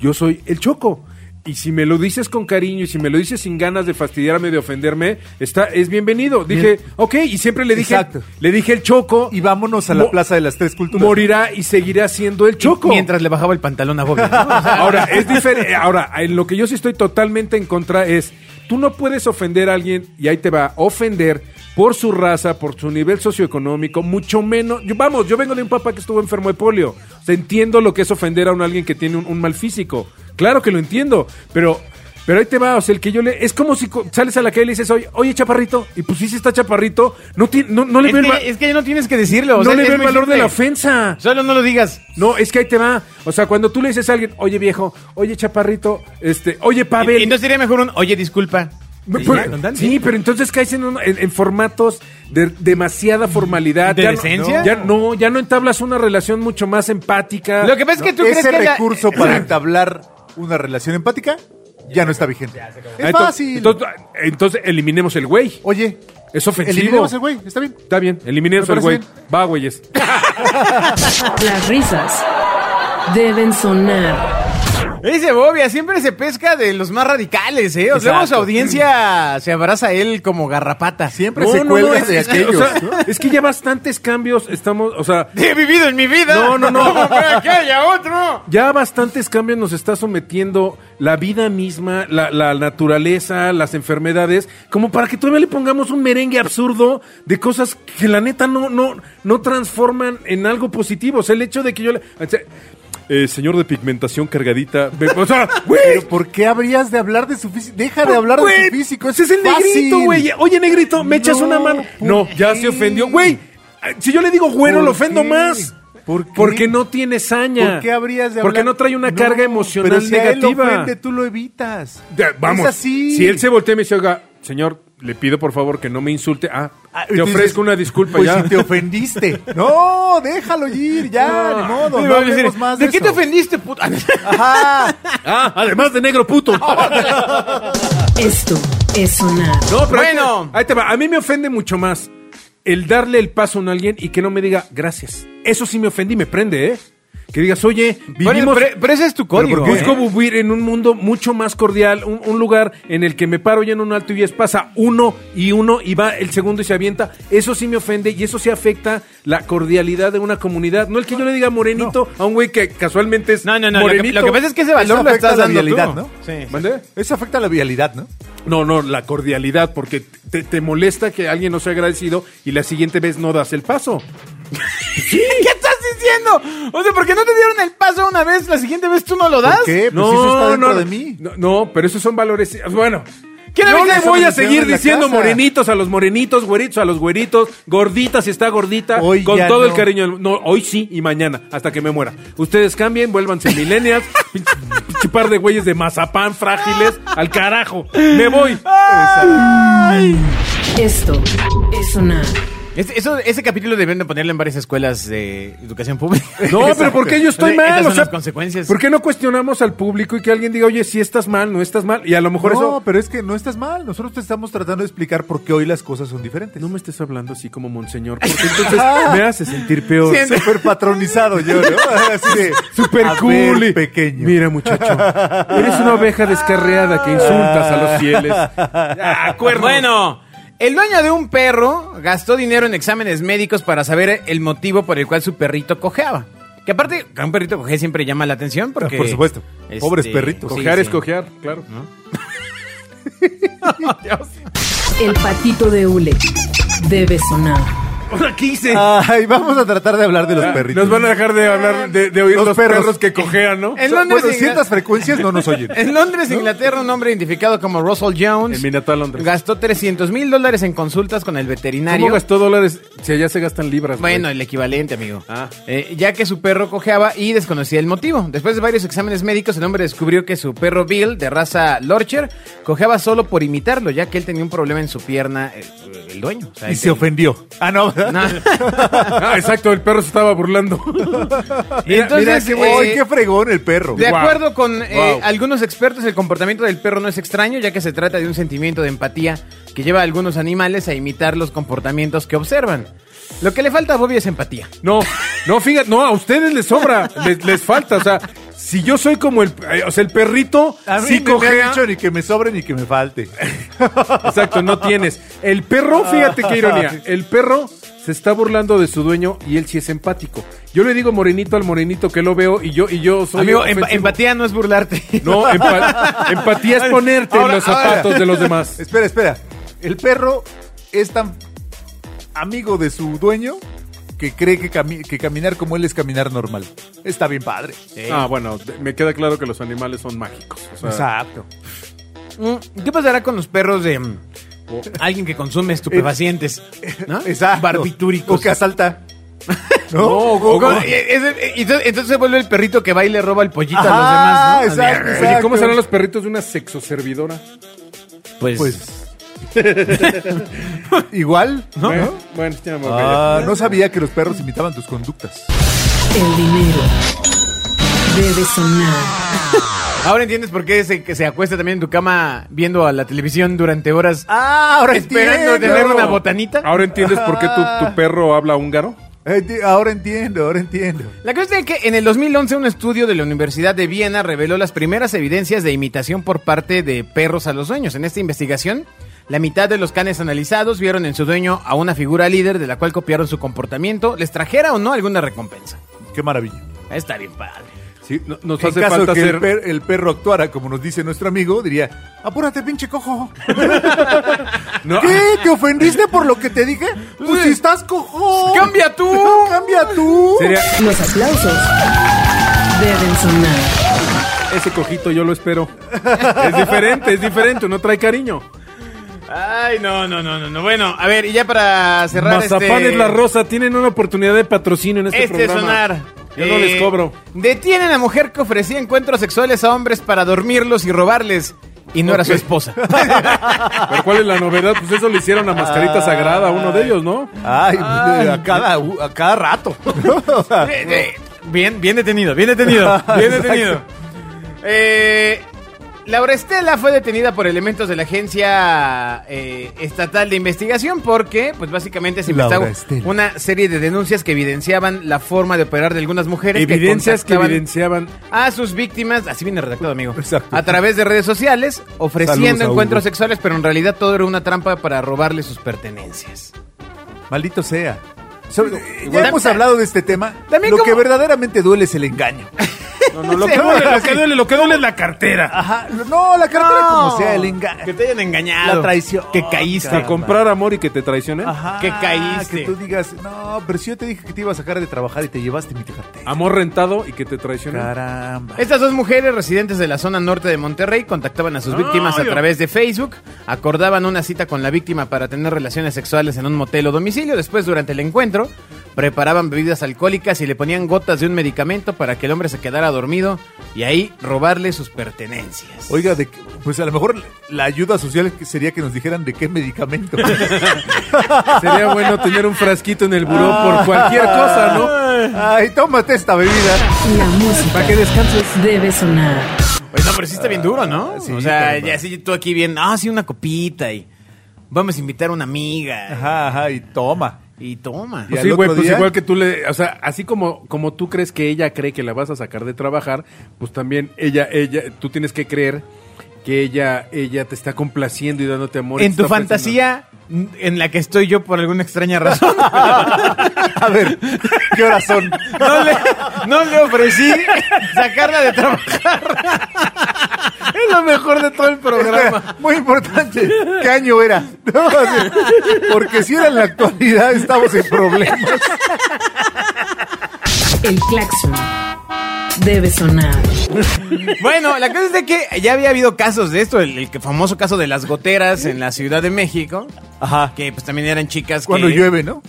Speaker 4: yo soy el choco. Y si me lo dices con cariño y si me lo dices sin ganas de fastidiarme, de ofenderme, está, es bienvenido. Dije, ok, y siempre le dije,
Speaker 3: Exacto.
Speaker 4: le dije el choco.
Speaker 3: Y vámonos a la
Speaker 4: Mo-
Speaker 3: plaza de las tres culturas.
Speaker 4: morirá y seguirá siendo el choco.
Speaker 2: Mientras le bajaba el pantalón a
Speaker 4: [laughs]
Speaker 2: Bobby. ¿no? O sea,
Speaker 4: Ahora, es diferente. Ahora, en lo que yo sí estoy totalmente en contra es, tú no puedes ofender a alguien y ahí te va, ofender por su raza, por su nivel socioeconómico, mucho menos... yo- vamos, yo vengo de un papá que estuvo enfermo de polio. O sea, entiendo lo que es ofender a un alguien que tiene un, un mal físico. Claro que lo entiendo, pero... Pero ahí te va, o sea, el que yo le... Es como si co- sales a la calle y le dices, oye, oye chaparrito, y pues sí, si está chaparrito, no, tiene- no, no le
Speaker 2: es,
Speaker 4: veo el, va-
Speaker 2: que, es que no tienes que decirlo. o
Speaker 4: no
Speaker 2: sea,
Speaker 4: le
Speaker 2: es
Speaker 4: veo el
Speaker 2: muy
Speaker 4: valor de la
Speaker 2: simple.
Speaker 4: ofensa.
Speaker 2: Solo no lo digas.
Speaker 4: No, es que ahí te va. O sea, cuando tú le dices a alguien, oye viejo, oye chaparrito, este, oye Pavel.
Speaker 2: Y, y no sería mejor un, oye, disculpa.
Speaker 4: No,
Speaker 2: Sí,
Speaker 4: pero-
Speaker 2: ándale.
Speaker 4: sí, pero entonces caes en, un- en- en formatos de demasiada formalidad.
Speaker 2: ¿De
Speaker 4: ya
Speaker 2: decencia?
Speaker 4: No, ya no, ya no entablas una relación mucho más empática.
Speaker 2: Lo que pasa es que tú
Speaker 3: ese
Speaker 2: crees que la-
Speaker 3: recurso
Speaker 2: [laughs]
Speaker 3: para entablar una relación empática ya no está vigente.
Speaker 4: Ah,
Speaker 3: Es
Speaker 4: ento-
Speaker 3: fácil.
Speaker 4: Entonces, entonces eliminemos el güey.
Speaker 3: Oye,
Speaker 4: Es ofensivo.
Speaker 3: eliminemos el güey, está bien.
Speaker 4: Está bien, eliminemos
Speaker 3: Me
Speaker 4: el güey.
Speaker 3: parece [laughs]
Speaker 4: Va, güeyes.
Speaker 1: Las risas deben sonar.
Speaker 2: Dice Bobia, siempre se pesca de los más radicales, ¿eh? O sea,
Speaker 4: Exacto.
Speaker 2: luego su audiencia se abraza a él como garrapata.
Speaker 3: Siempre se cuelga
Speaker 4: es-
Speaker 3: de
Speaker 4: es-
Speaker 3: aquellos.
Speaker 4: o sea,
Speaker 3: ¿no?
Speaker 4: Es que ya bastantes cambios estamos, o sea,
Speaker 2: [laughs] He vivido en mi vida.
Speaker 4: No, no, no.
Speaker 2: [laughs] Como para que haya otro.
Speaker 4: ya bastantes cambios nos está sometiendo la vida misma, la, la naturaleza, las enfermedades, como para que todavía le pongamos un merengue absurdo de cosas que la neta no, no, no transforman en algo positivo. O sea, el hecho de que yo le. o sea, eh, señor de pigmentación cargadita. ve- O sea, [laughs] güey.
Speaker 3: Pero ¿por qué habrías de hablar de su físico? Deja de hablar de
Speaker 4: Güey,
Speaker 3: su físico.
Speaker 4: ese es el
Speaker 3: fácil.
Speaker 4: negrito, güey. Oye, negrito, me echas
Speaker 3: No,
Speaker 4: una mano.
Speaker 3: ¿por
Speaker 4: No, ya
Speaker 3: qué?
Speaker 4: se ofendió. Güey, si yo le digo güero,
Speaker 3: ¿Por
Speaker 4: lo ofendo
Speaker 3: qué?
Speaker 4: más.
Speaker 3: ¿Por qué?
Speaker 4: Porque no tiene saña.
Speaker 3: ¿Por qué habrías de hablar?
Speaker 4: Porque no trae una carga emocional
Speaker 3: pero si a él lo
Speaker 4: negativa.
Speaker 3: ofende, tú lo evitas.
Speaker 4: Ya, vamos.
Speaker 3: Es así.
Speaker 4: Si él se voltea y me dice, oiga, señor, le pido por favor que no me insulte. Ah,
Speaker 3: Ah,
Speaker 4: te
Speaker 3: entonces,
Speaker 4: ofrezco una disculpa
Speaker 3: pues
Speaker 4: ya. [laughs]
Speaker 3: si te ofendiste. No, déjalo ir, ya,
Speaker 4: No.
Speaker 3: ni modo.
Speaker 2: Le
Speaker 3: No
Speaker 2: voy a decir,
Speaker 3: hablemos más
Speaker 2: ¿De,
Speaker 3: de
Speaker 2: qué te
Speaker 3: eso.
Speaker 2: ofendiste, puta?
Speaker 3: Ajá.
Speaker 4: [laughs] Ah, además de negro
Speaker 3: [laughs]
Speaker 4: puto. no,
Speaker 1: Esto es sonar.
Speaker 4: pero ahí te-
Speaker 2: Bueno.
Speaker 4: ahí te va. A mí me ofende mucho más el darle el paso a alguien y que no me diga gracias. Eso sí me ofende y me prende, ¿eh? Que digas, oye,
Speaker 2: Pero,
Speaker 4: vivimos...
Speaker 2: pero- pero ese es tu
Speaker 4: Pero
Speaker 2: código.
Speaker 4: porque busco
Speaker 2: ¿eh?
Speaker 4: vivir en un mundo mucho más cordial, un, un lugar en el que me paro ya en un alto y es pasa uno y uno y va el segundo y se avienta. Eso sí me ofende y eso sí afecta la cordialidad de una comunidad. No el que yo le diga morenito a un güey que casualmente es
Speaker 2: No, no, no. Lo que,
Speaker 4: morenito.
Speaker 2: lo que pasa es que ese valor
Speaker 3: Eso
Speaker 2: lo
Speaker 3: afecta
Speaker 2: estás
Speaker 3: la
Speaker 2: dando
Speaker 3: vialidad,
Speaker 2: tú.
Speaker 3: ¿no?
Speaker 2: Sí.
Speaker 4: ¿Mande?
Speaker 3: Eso afecta la vialidad, ¿no?
Speaker 4: No, no, la cordialidad, porque te, te molesta que alguien no sea agradecido y la siguiente vez no das el paso.
Speaker 2: [laughs] ¿Qué estás diciendo? O sea, ¿por qué no te dieron el paso una vez? ¿La siguiente vez tú no lo das?
Speaker 3: ¿Por qué? Pues eso está dentro de mí.
Speaker 4: No, no, pero esos son valores. Bueno.
Speaker 2: ¿Quién
Speaker 4: yo
Speaker 2: avisa
Speaker 4: le
Speaker 2: eso
Speaker 4: voy a
Speaker 3: que se llama
Speaker 4: seguir
Speaker 3: en la
Speaker 4: diciendo
Speaker 3: casa?
Speaker 4: morenitos a los morenitos, güeritos a los güeritos, gordita si está gordita,
Speaker 3: Hoy
Speaker 4: con
Speaker 3: ya
Speaker 4: todo el
Speaker 3: no.
Speaker 4: cariño. del- No, hoy sí y mañana, hasta que me muera. Ustedes cambien, vuélvanse
Speaker 3: [laughs]
Speaker 4: millennials, pinche pinche par de güeyes de mazapán frágiles, al carajo, me voy.
Speaker 1: Esto es sonar.
Speaker 2: Es- eso- ese capítulo deben de ponerlo en varias escuelas de educación pública.
Speaker 4: [laughs] No, pero ¿por qué yo estoy
Speaker 2: Estas
Speaker 4: mal?
Speaker 2: son
Speaker 4: O sea,
Speaker 2: las consecuencias. [laughs]
Speaker 4: ¿Por qué no cuestionamos al público y que alguien diga, oye, si estás mal, no estás mal? Y a lo mejor
Speaker 3: no,
Speaker 4: eso...
Speaker 3: pero es que no estás mal. Nosotros te estamos tratando de explicar por qué hoy las cosas son
Speaker 2: pues,
Speaker 3: diferentes.
Speaker 4: No me estés hablando así como
Speaker 2: [laughs]
Speaker 4: monseñor, porque entonces me hace sentir peor.
Speaker 2: Siento-
Speaker 3: Súper patronizado yo,
Speaker 4: [laughs]
Speaker 3: ¿no? Así de,
Speaker 4: Super
Speaker 3: a ver,
Speaker 4: cool. y-
Speaker 3: pequeño.
Speaker 4: Mira, muchacho. Eres una oveja descarriada que insultas a los fieles.
Speaker 2: Pues
Speaker 4: Ah, cuernos.
Speaker 2: Bueno, el dueño de un perro gastó dinero en exámenes médicos para saber el motivo por el cual su perrito cojeaba. Que aparte, que un perrito coje siempre llama la atención
Speaker 4: Ah,
Speaker 2: porque... este,
Speaker 3: Por supuesto. Pobres perritos.
Speaker 4: cojear
Speaker 2: sí,
Speaker 4: es
Speaker 2: sí.
Speaker 4: cojear, claro.
Speaker 1: El patito de hule debe sonar.
Speaker 4: Ahora, ¿qué hice?
Speaker 3: Ay, vamos a tratar de hablar de los
Speaker 4: Ah,
Speaker 3: perritos.
Speaker 4: Nos van a dejar de hablar, de, de oír los,
Speaker 3: Los
Speaker 4: perros.
Speaker 3: perros.
Speaker 4: que cojean, ¿no?
Speaker 2: En
Speaker 3: O sea,
Speaker 2: Londres,
Speaker 3: bueno,
Speaker 2: en-
Speaker 3: ciertas frecuencias no nos oyen.
Speaker 2: [laughs] En Londres, Inglaterra, un hombre identificado como Russell Jones
Speaker 4: En mi natal Londres.
Speaker 2: gastó 300 mil dólares en consultas con el
Speaker 4: ¿Cómo
Speaker 2: veterinario.
Speaker 4: gastó dólares si allá se gastan libras? güey?
Speaker 2: Bueno, el equivalente, amigo.
Speaker 4: Ah.
Speaker 2: Eh, ya que su perro cojeaba y desconocía el motivo. Después de varios exámenes médicos, el hombre descubrió que su perro Bill, de raza Lorcher, cojeaba solo por imitarlo, ya que él tenía un problema en su pierna, eh, el, dueño. O sea,
Speaker 3: Y
Speaker 2: él
Speaker 3: se ofendió. Ah,
Speaker 2: No.
Speaker 3: no. [laughs]
Speaker 4: Ah, exacto, el perro se estaba
Speaker 2: [laughs]
Speaker 4: burlando.
Speaker 2: Y
Speaker 3: Mira,
Speaker 2: entonces,
Speaker 3: qué,
Speaker 2: eh,
Speaker 3: ¡Ay, qué fregón el perro!
Speaker 2: De
Speaker 4: Wow.
Speaker 2: acuerdo con eh,
Speaker 4: Wow.
Speaker 2: algunos expertos, el comportamiento del perro no es extraño, ya que se trata de un sentimiento de empatía que lleva a algunos animales a imitar los comportamientos que observan. Lo que le falta a Bobby es empatía.
Speaker 4: No, no, fíjate, no, a ustedes les sobra, les, les falta, o sea, si yo soy como el, eh, o sea, el perrito,
Speaker 3: A mí
Speaker 4: sí
Speaker 3: ni me
Speaker 4: cojea,
Speaker 3: han dicho ni que me sobre ni que me falte.
Speaker 4: exacto, no tienes. El perro, fíjate qué
Speaker 3: Ah,
Speaker 4: ironía, el perro se está burlando de su dueño y él sí es empático. Yo le digo morenito al morenito que lo veo y yo, y yo soy
Speaker 2: Amigo, empa-
Speaker 4: ofensivo.
Speaker 2: empatía no es burlarte. [laughs]
Speaker 4: No, eh. empa- empatía es ponerte
Speaker 3: Ahora,
Speaker 4: en los zapatos
Speaker 3: ahora.
Speaker 4: de los demás.
Speaker 3: Espera, espera. El perro es tan amigo de su dueño que cree que, cami- que caminar como él es caminar normal. Está bien padre.
Speaker 4: Ah, bueno, de- me queda claro que los animales son mágicos. o sea,
Speaker 3: Exacto.
Speaker 2: Mm, ¿Qué pasará con los perros de mm, o alguien que consume estupefacientes?
Speaker 4: Eh,
Speaker 2: ¿no?
Speaker 3: Exacto.
Speaker 2: Barbitúricos.
Speaker 3: O que asalta.
Speaker 4: No, o-
Speaker 2: O con-
Speaker 4: o-
Speaker 2: eh, es- eh, entonces, entonces se vuelve el perrito que va y le roba el pollito
Speaker 3: Ah,
Speaker 2: a los demás. ¿no?
Speaker 3: exacto,
Speaker 4: Oye, ¿cómo
Speaker 3: exacto.
Speaker 4: serán los perritos de una sexoservidora?
Speaker 2: Pues,
Speaker 3: Pues [laughs] Igual.
Speaker 4: ¿No? Bueno, bueno, ya me voy a callar.
Speaker 3: Ah, no sabía que los perros imitaban tus conductas.
Speaker 1: El dinero debe sonar.
Speaker 2: Ahora entiendes por qué se, que se acuesta también en tu cama viendo a la televisión durante horas
Speaker 3: Ah, ahora
Speaker 2: esperando
Speaker 3: entiendo.
Speaker 2: tener una botanita.
Speaker 4: ¿Ahora entiendes por qué
Speaker 3: Ah.
Speaker 4: tu, tu perro habla húngaro?
Speaker 3: Enti- Ahora entiendo, ahora entiendo.
Speaker 2: La cuestión es que en el 2011 un estudio de la Universidad de Viena reveló las primeras evidencias de imitación por parte de perros a los dueños. En esta investigación, la mitad de los canes analizados vieron en su dueño a una figura líder de la cual copiaron su comportamiento, les trajera o no alguna recompensa.
Speaker 3: Qué maravilla.
Speaker 2: Está bien padre.
Speaker 4: Sí, no- nos
Speaker 3: En
Speaker 4: hace
Speaker 3: caso
Speaker 4: falta
Speaker 3: que el,
Speaker 4: ser...
Speaker 3: per- el perro actuara como nos dice nuestro amigo, diría, apúrate pinche cojo.
Speaker 4: [laughs] No,
Speaker 3: ¿Qué? ¿Te ofendiste por lo que te dije? Pues si estás cojo.
Speaker 2: ¡Cambia tú!
Speaker 3: [laughs] Cambia tú.
Speaker 4: sería-
Speaker 1: Los aplausos deben sonar.
Speaker 4: ese cojito yo lo espero. Es diferente, es diferente, no trae cariño.
Speaker 2: Ay, no, no, no, no, no. Bueno, a ver, y ya para cerrar
Speaker 4: Mazapanes
Speaker 2: este...
Speaker 4: La Rosa tienen una oportunidad de patrocinio en este,
Speaker 2: este
Speaker 4: programa.
Speaker 2: sonar.
Speaker 4: Yo no
Speaker 2: Eh,
Speaker 4: les cobro.
Speaker 2: Detienen a mujer que ofrecía encuentros sexuales a hombres para dormirlos y robarles. Y no era su
Speaker 4: [laughs]
Speaker 2: esposa.
Speaker 4: ¿Pero cuál es la novedad? Pues eso le hicieron a Mascarita Sagrada a uno de ellos, ¿no?
Speaker 3: Ah. Ay,
Speaker 2: Ah,
Speaker 3: a cada, a cada
Speaker 4: [laughs]
Speaker 3: rato. O sea,
Speaker 2: Eh, eh, bien, bien detenido, bien
Speaker 4: [laughs]
Speaker 2: detenido, bien
Speaker 3: Exacto.
Speaker 2: detenido. Eh, Laura Estela fue detenida por elementos de la agencia eh, estatal de investigación porque, pues básicamente se
Speaker 3: Laura
Speaker 2: investigó
Speaker 3: Estela.
Speaker 2: una serie de denuncias que evidenciaban la forma de operar de algunas mujeres.
Speaker 4: Evidencias que
Speaker 2: contactaban-
Speaker 4: evidenciaban
Speaker 2: a sus víctimas, así viene redactado, amigo,
Speaker 3: Exacto.
Speaker 2: a través de redes sociales,
Speaker 3: Saludos
Speaker 2: ofreciendo
Speaker 3: a Hugo.
Speaker 2: encuentros sexuales, pero en realidad todo era una trampa para robarle sus pertenencias.
Speaker 3: Maldito sea. Sobre-
Speaker 2: Igual-
Speaker 3: ya hemos hablado de este tema.
Speaker 2: También
Speaker 3: lo
Speaker 2: como-
Speaker 3: que verdaderamente duele es el engaño.
Speaker 4: No,
Speaker 2: [laughs]
Speaker 4: no, [laughs] lo que duele, lo que duele, lo que duele es la cartera.
Speaker 3: Ajá. lo- No, la cartera como sea, el
Speaker 2: Que
Speaker 3: engaño.
Speaker 2: te hayan engañado.
Speaker 3: La traición.
Speaker 2: Que caíste.
Speaker 4: Hasta comprar amor y que te traicioné.
Speaker 3: Ajá.
Speaker 2: que caíste.
Speaker 3: Que tú digas, no, pero si yo te dije que te iba a sacar de trabajar y te llevaste mi cartera.
Speaker 4: Amor rentado y que te traicioné.
Speaker 3: Caramba.
Speaker 2: Estas dos mujeres residentes de la zona norte de Monterrey contactaban a sus
Speaker 4: No,
Speaker 2: víctimas a
Speaker 4: yo-
Speaker 2: través de Facebook, acordaban una cita con la víctima para tener relaciones sexuales en un motel o domicilio, después durante el encuentro preparaban bebidas alcohólicas y le ponían gotas de un medicamento para que el hombre se quedara dormido y ahí robarle sus pertenencias.
Speaker 3: Oiga, de, qué- pues a lo mejor la ayuda social que sería que nos dijeran de qué medicamento. [laughs]
Speaker 4: Sería bueno tener un frasquito en el buró
Speaker 2: Ah.
Speaker 4: por cualquier cosa, ¿no?
Speaker 3: Ay, tómate esta bebida.
Speaker 1: La música
Speaker 4: Para que descanses.
Speaker 1: debe sonar.
Speaker 2: Oye, pues, no, pero Ah, sí está bien duro, ¿no?
Speaker 3: sí,
Speaker 2: o sea,
Speaker 3: caramba.
Speaker 2: ya sí, tú aquí bien, ah, sí, una copita y vamos a invitar a una amiga
Speaker 3: Ajá, ajá, y toma.
Speaker 2: y toma.
Speaker 3: Y
Speaker 4: Pues
Speaker 3: al
Speaker 4: sí, güey,
Speaker 3: otro
Speaker 4: pues
Speaker 3: día-
Speaker 4: igual que tú le, o sea, así como, como tú crees que ella cree que la vas a sacar de trabajar, pues también ella, ella, tú tienes que creer que ella, ella te está complaciendo y dándote amor. y
Speaker 2: En
Speaker 4: te
Speaker 2: tu
Speaker 4: está ofreciendo-
Speaker 2: fantasía [laughs] en la que estoy yo por alguna extraña razón.
Speaker 3: A ver, ¿qué horas son?
Speaker 2: No le, no le ofrecí sacarla de trabajar. Es lo mejor de todo el programa.
Speaker 3: Espera, [laughs] Muy importante, ¿qué año era? [laughs] No, así, Porque si era en la actualidad, estamos en problemas.
Speaker 1: El claxon debe sonar.
Speaker 2: Bueno, la cosa es de que ya había habido casos de esto, el, el que famoso caso de las goteras en la Ciudad de México,
Speaker 3: Ajá.
Speaker 2: que pues también eran chicas que...
Speaker 3: Cuando llueve, ¿no?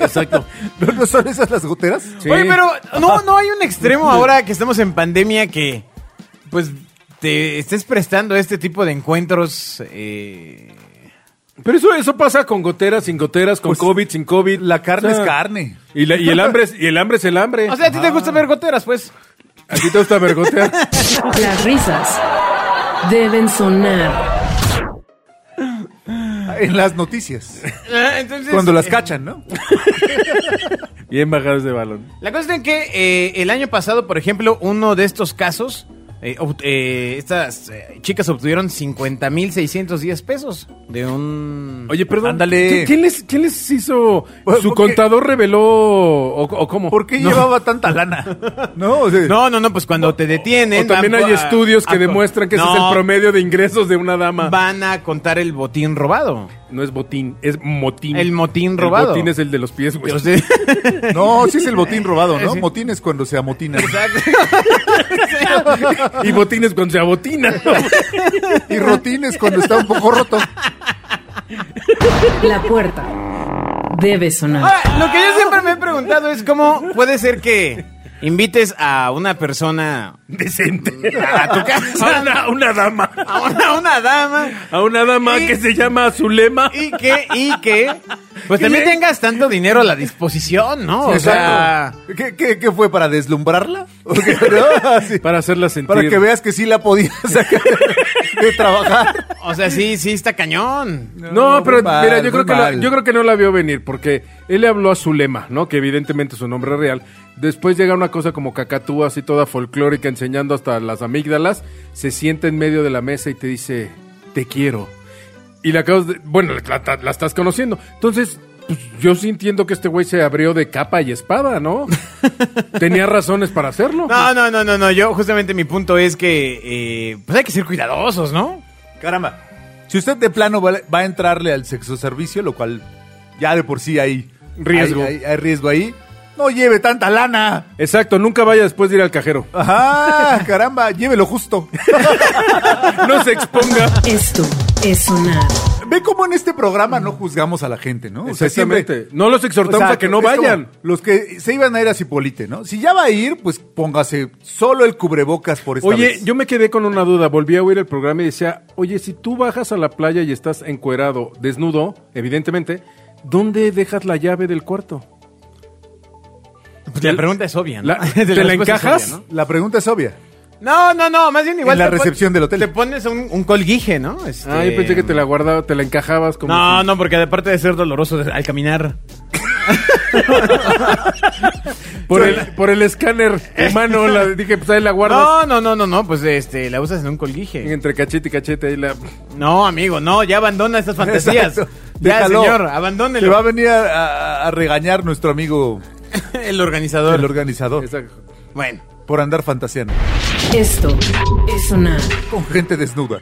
Speaker 4: Exacto.
Speaker 3: [laughs] ¿No, no son esas las goteras?
Speaker 4: Sí.
Speaker 2: Oye, pero no, no hay un extremo ahora que estamos en pandemia que pues te estés prestando este tipo de encuentros. eh,
Speaker 4: Pero eso, eso pasa con goteras, sin goteras, con
Speaker 3: Pues,
Speaker 4: COVID, sin COVID.
Speaker 3: La carne
Speaker 4: O
Speaker 3: es
Speaker 4: sea,
Speaker 3: carne.
Speaker 4: Y, la- y el hambre es, y el hambre es el hambre. Ah.
Speaker 2: O sea, a ti te gusta ver goteras, pues.
Speaker 4: a ti te gusta vergotear.
Speaker 1: Las risas deben sonar.
Speaker 3: En las noticias.
Speaker 2: Ah, Entonces,
Speaker 3: Cuando las
Speaker 2: eh,
Speaker 3: cachan, ¿no?
Speaker 4: [laughs] Bien bajados de balón.
Speaker 2: La cosa es que eh, el año pasado, por ejemplo, uno de estos casos, eh, ob- eh, estas eh, chicas obtuvieron 50.610 pesos de un...
Speaker 4: Oye, perdón.
Speaker 3: Ándale.
Speaker 4: ¿qui- ¿Quién les, quién les hizo?
Speaker 3: Pues,
Speaker 4: ¿Su
Speaker 3: porque-
Speaker 4: contador reveló o, o cómo?
Speaker 3: ¿Por qué
Speaker 4: No. [laughs]
Speaker 3: llevaba tanta [laughs] lana? No, o sea,
Speaker 2: No, no, no, pues cuando te detienen...
Speaker 4: O también
Speaker 2: van-
Speaker 4: hay estudios que
Speaker 2: a-
Speaker 4: demuestran que ese es
Speaker 2: No,
Speaker 4: el promedio de ingresos de una dama.
Speaker 2: Van a contar el botín robado.
Speaker 4: No es botín, es motín.
Speaker 2: El motín robado.
Speaker 4: El botín es pues. el de los pies, güey.
Speaker 2: O sea,
Speaker 3: no, sí es el botín robado, ¿no?
Speaker 2: Sí.
Speaker 3: Motín es cuando se amotina.
Speaker 4: [laughs] y botín es cuando se abotina.
Speaker 2: [laughs]
Speaker 3: Y rotín es cuando está un poco roto.
Speaker 1: La puerta debe sonar.
Speaker 2: Ahora, lo que yo siempre me he preguntado es cómo puede ser que invites a una persona
Speaker 4: Decente.
Speaker 2: a tu
Speaker 4: [laughs] A
Speaker 2: casa,
Speaker 4: una, una dama.
Speaker 2: a una, a una dama,
Speaker 4: A una dama
Speaker 2: Y-
Speaker 4: que se llama Zulema.
Speaker 2: y que, y que, pues
Speaker 4: Y
Speaker 2: también
Speaker 4: le-
Speaker 2: tengas tanto dinero a la disposición, ¿no? O sea,
Speaker 3: Exacto. ¿Qué, qué, qué fue? ¿Para deslumbrarla? [laughs] ¿O qué? No, así.
Speaker 4: Para hacerla sentir.
Speaker 3: Para que veas que sí la podías [laughs] sacar de trabajar.
Speaker 2: o sea, sí, sí está cañón.
Speaker 4: No,
Speaker 3: No,
Speaker 4: pero
Speaker 3: muy mal,
Speaker 4: mira, yo creo,
Speaker 3: muy
Speaker 4: que la-
Speaker 3: mal.
Speaker 4: yo creo que no la vio venir porque él le habló a Zulema, ¿no? Que evidentemente es su nombre real. Después llega una cosa como cacatúa, así toda folclórica, enseñando hasta las amígdalas. Se sienta en medio de la mesa y te dice, te quiero. Y la acabas de- Bueno, la, la- la estás conociendo. Entonces, pues, yo sí entiendo que este güey se abrió de capa y espada,
Speaker 3: [laughs]
Speaker 4: ¿no? Tenía razones para hacerlo.
Speaker 2: No, no, no, no, no. Yo justamente mi punto es que, eh, pues hay que ser cuidadosos, ¿no?
Speaker 3: Caramba. Si usted de plano va, va a entrarle al sexo servicio, lo cual ya de por sí hay
Speaker 4: Riesgo.
Speaker 3: Hay, hay- hay riesgo ahí. No lleve tanta lana.
Speaker 4: Exacto, nunca vaya después de ir al cajero.
Speaker 3: Ajá, caramba, llévelo justo. [laughs]
Speaker 4: No se exponga.
Speaker 1: Esto es sonar.
Speaker 3: Ve cómo en este programa no juzgamos a la gente, ¿no? O sea, siempre-
Speaker 4: Exactamente. no los exhortamos
Speaker 3: O sea,
Speaker 4: a que no
Speaker 3: es como
Speaker 4: vayan.
Speaker 3: Los que se iban a ir a Cipolite, ¿no? Si ya va a ir, pues póngase solo el cubrebocas por esta
Speaker 4: Oye,
Speaker 3: vez.
Speaker 4: yo me quedé con una duda. Volví a oír el programa y decía, oye, si tú bajas a la playa y estás encuerado, desnudo, evidentemente, ¿dónde dejas la llave del cuarto?
Speaker 2: Pues la pregunta es obvia, ¿no? [laughs]
Speaker 4: La- ¿te la
Speaker 2: respuesta es
Speaker 4: encajas?
Speaker 2: obvia, ¿no?
Speaker 3: La pregunta es obvia.
Speaker 2: No, no, no, más bien igual.
Speaker 3: En la
Speaker 2: te pon-
Speaker 3: recepción del hotel.
Speaker 2: Te pones un, un colguije, ¿no? Este-
Speaker 4: Ah, yo pensé que te la guardaba, te la encajabas como...
Speaker 2: No,
Speaker 4: si-
Speaker 2: no, porque aparte de ser doloroso de- al caminar.
Speaker 4: Por el, por
Speaker 3: [laughs]
Speaker 4: el escáner humano, la- dije, pues ahí la guardas.
Speaker 2: No, no, no, no, no, pues este, la usas en un colguije.
Speaker 4: Entre cachete y cachete, ahí la...
Speaker 2: No, amigo, no, ya abandona estas fantasías.
Speaker 3: Exacto.
Speaker 2: Ya,
Speaker 3: Déjalo.
Speaker 2: señor,
Speaker 3: Te va a
Speaker 2: abandónelo.
Speaker 3: venir a, a- a regañar nuestro amigo,
Speaker 2: El organizador.
Speaker 3: el organizador,
Speaker 4: esa-
Speaker 2: Bueno.
Speaker 3: por andar fantaseando
Speaker 1: Esto es sonar.
Speaker 3: con gente desnuda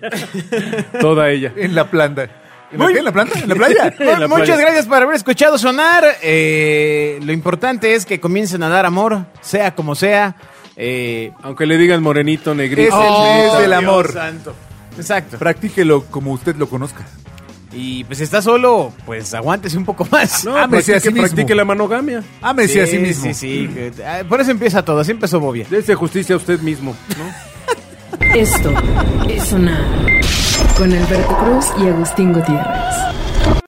Speaker 4: toda ella.
Speaker 3: en la planta. ¿En la,
Speaker 2: Muy-
Speaker 3: qué? ¿En la planta? ¿En la playa?
Speaker 4: En la
Speaker 2: Muchas
Speaker 4: playa.
Speaker 2: gracias por haber escuchado sonar. Eh, lo importante es que comiencen a dar amor, sea como sea. Eh,
Speaker 4: Aunque le digan morenito,
Speaker 3: Es
Speaker 4: negrito.
Speaker 3: el
Speaker 4: chinita.
Speaker 3: mes del
Speaker 2: Dios
Speaker 3: amor.
Speaker 2: santo. Exacto.
Speaker 3: Practíquelo como usted lo conozca.
Speaker 2: Y pues si está solo, pues aguántese un poco más.
Speaker 4: No,
Speaker 3: Ámese
Speaker 4: practique,
Speaker 3: a sí mismo.
Speaker 4: practique la manogamia.
Speaker 3: Ámese a sí mismo.
Speaker 2: Sí, sí. que- ah, Por eso empieza todo, así empezó Bobia.
Speaker 4: Dese justicia a usted mismo, ¿no?
Speaker 1: Esto es sonar. Con Alberto Cruz y Agustín Gutiérrez.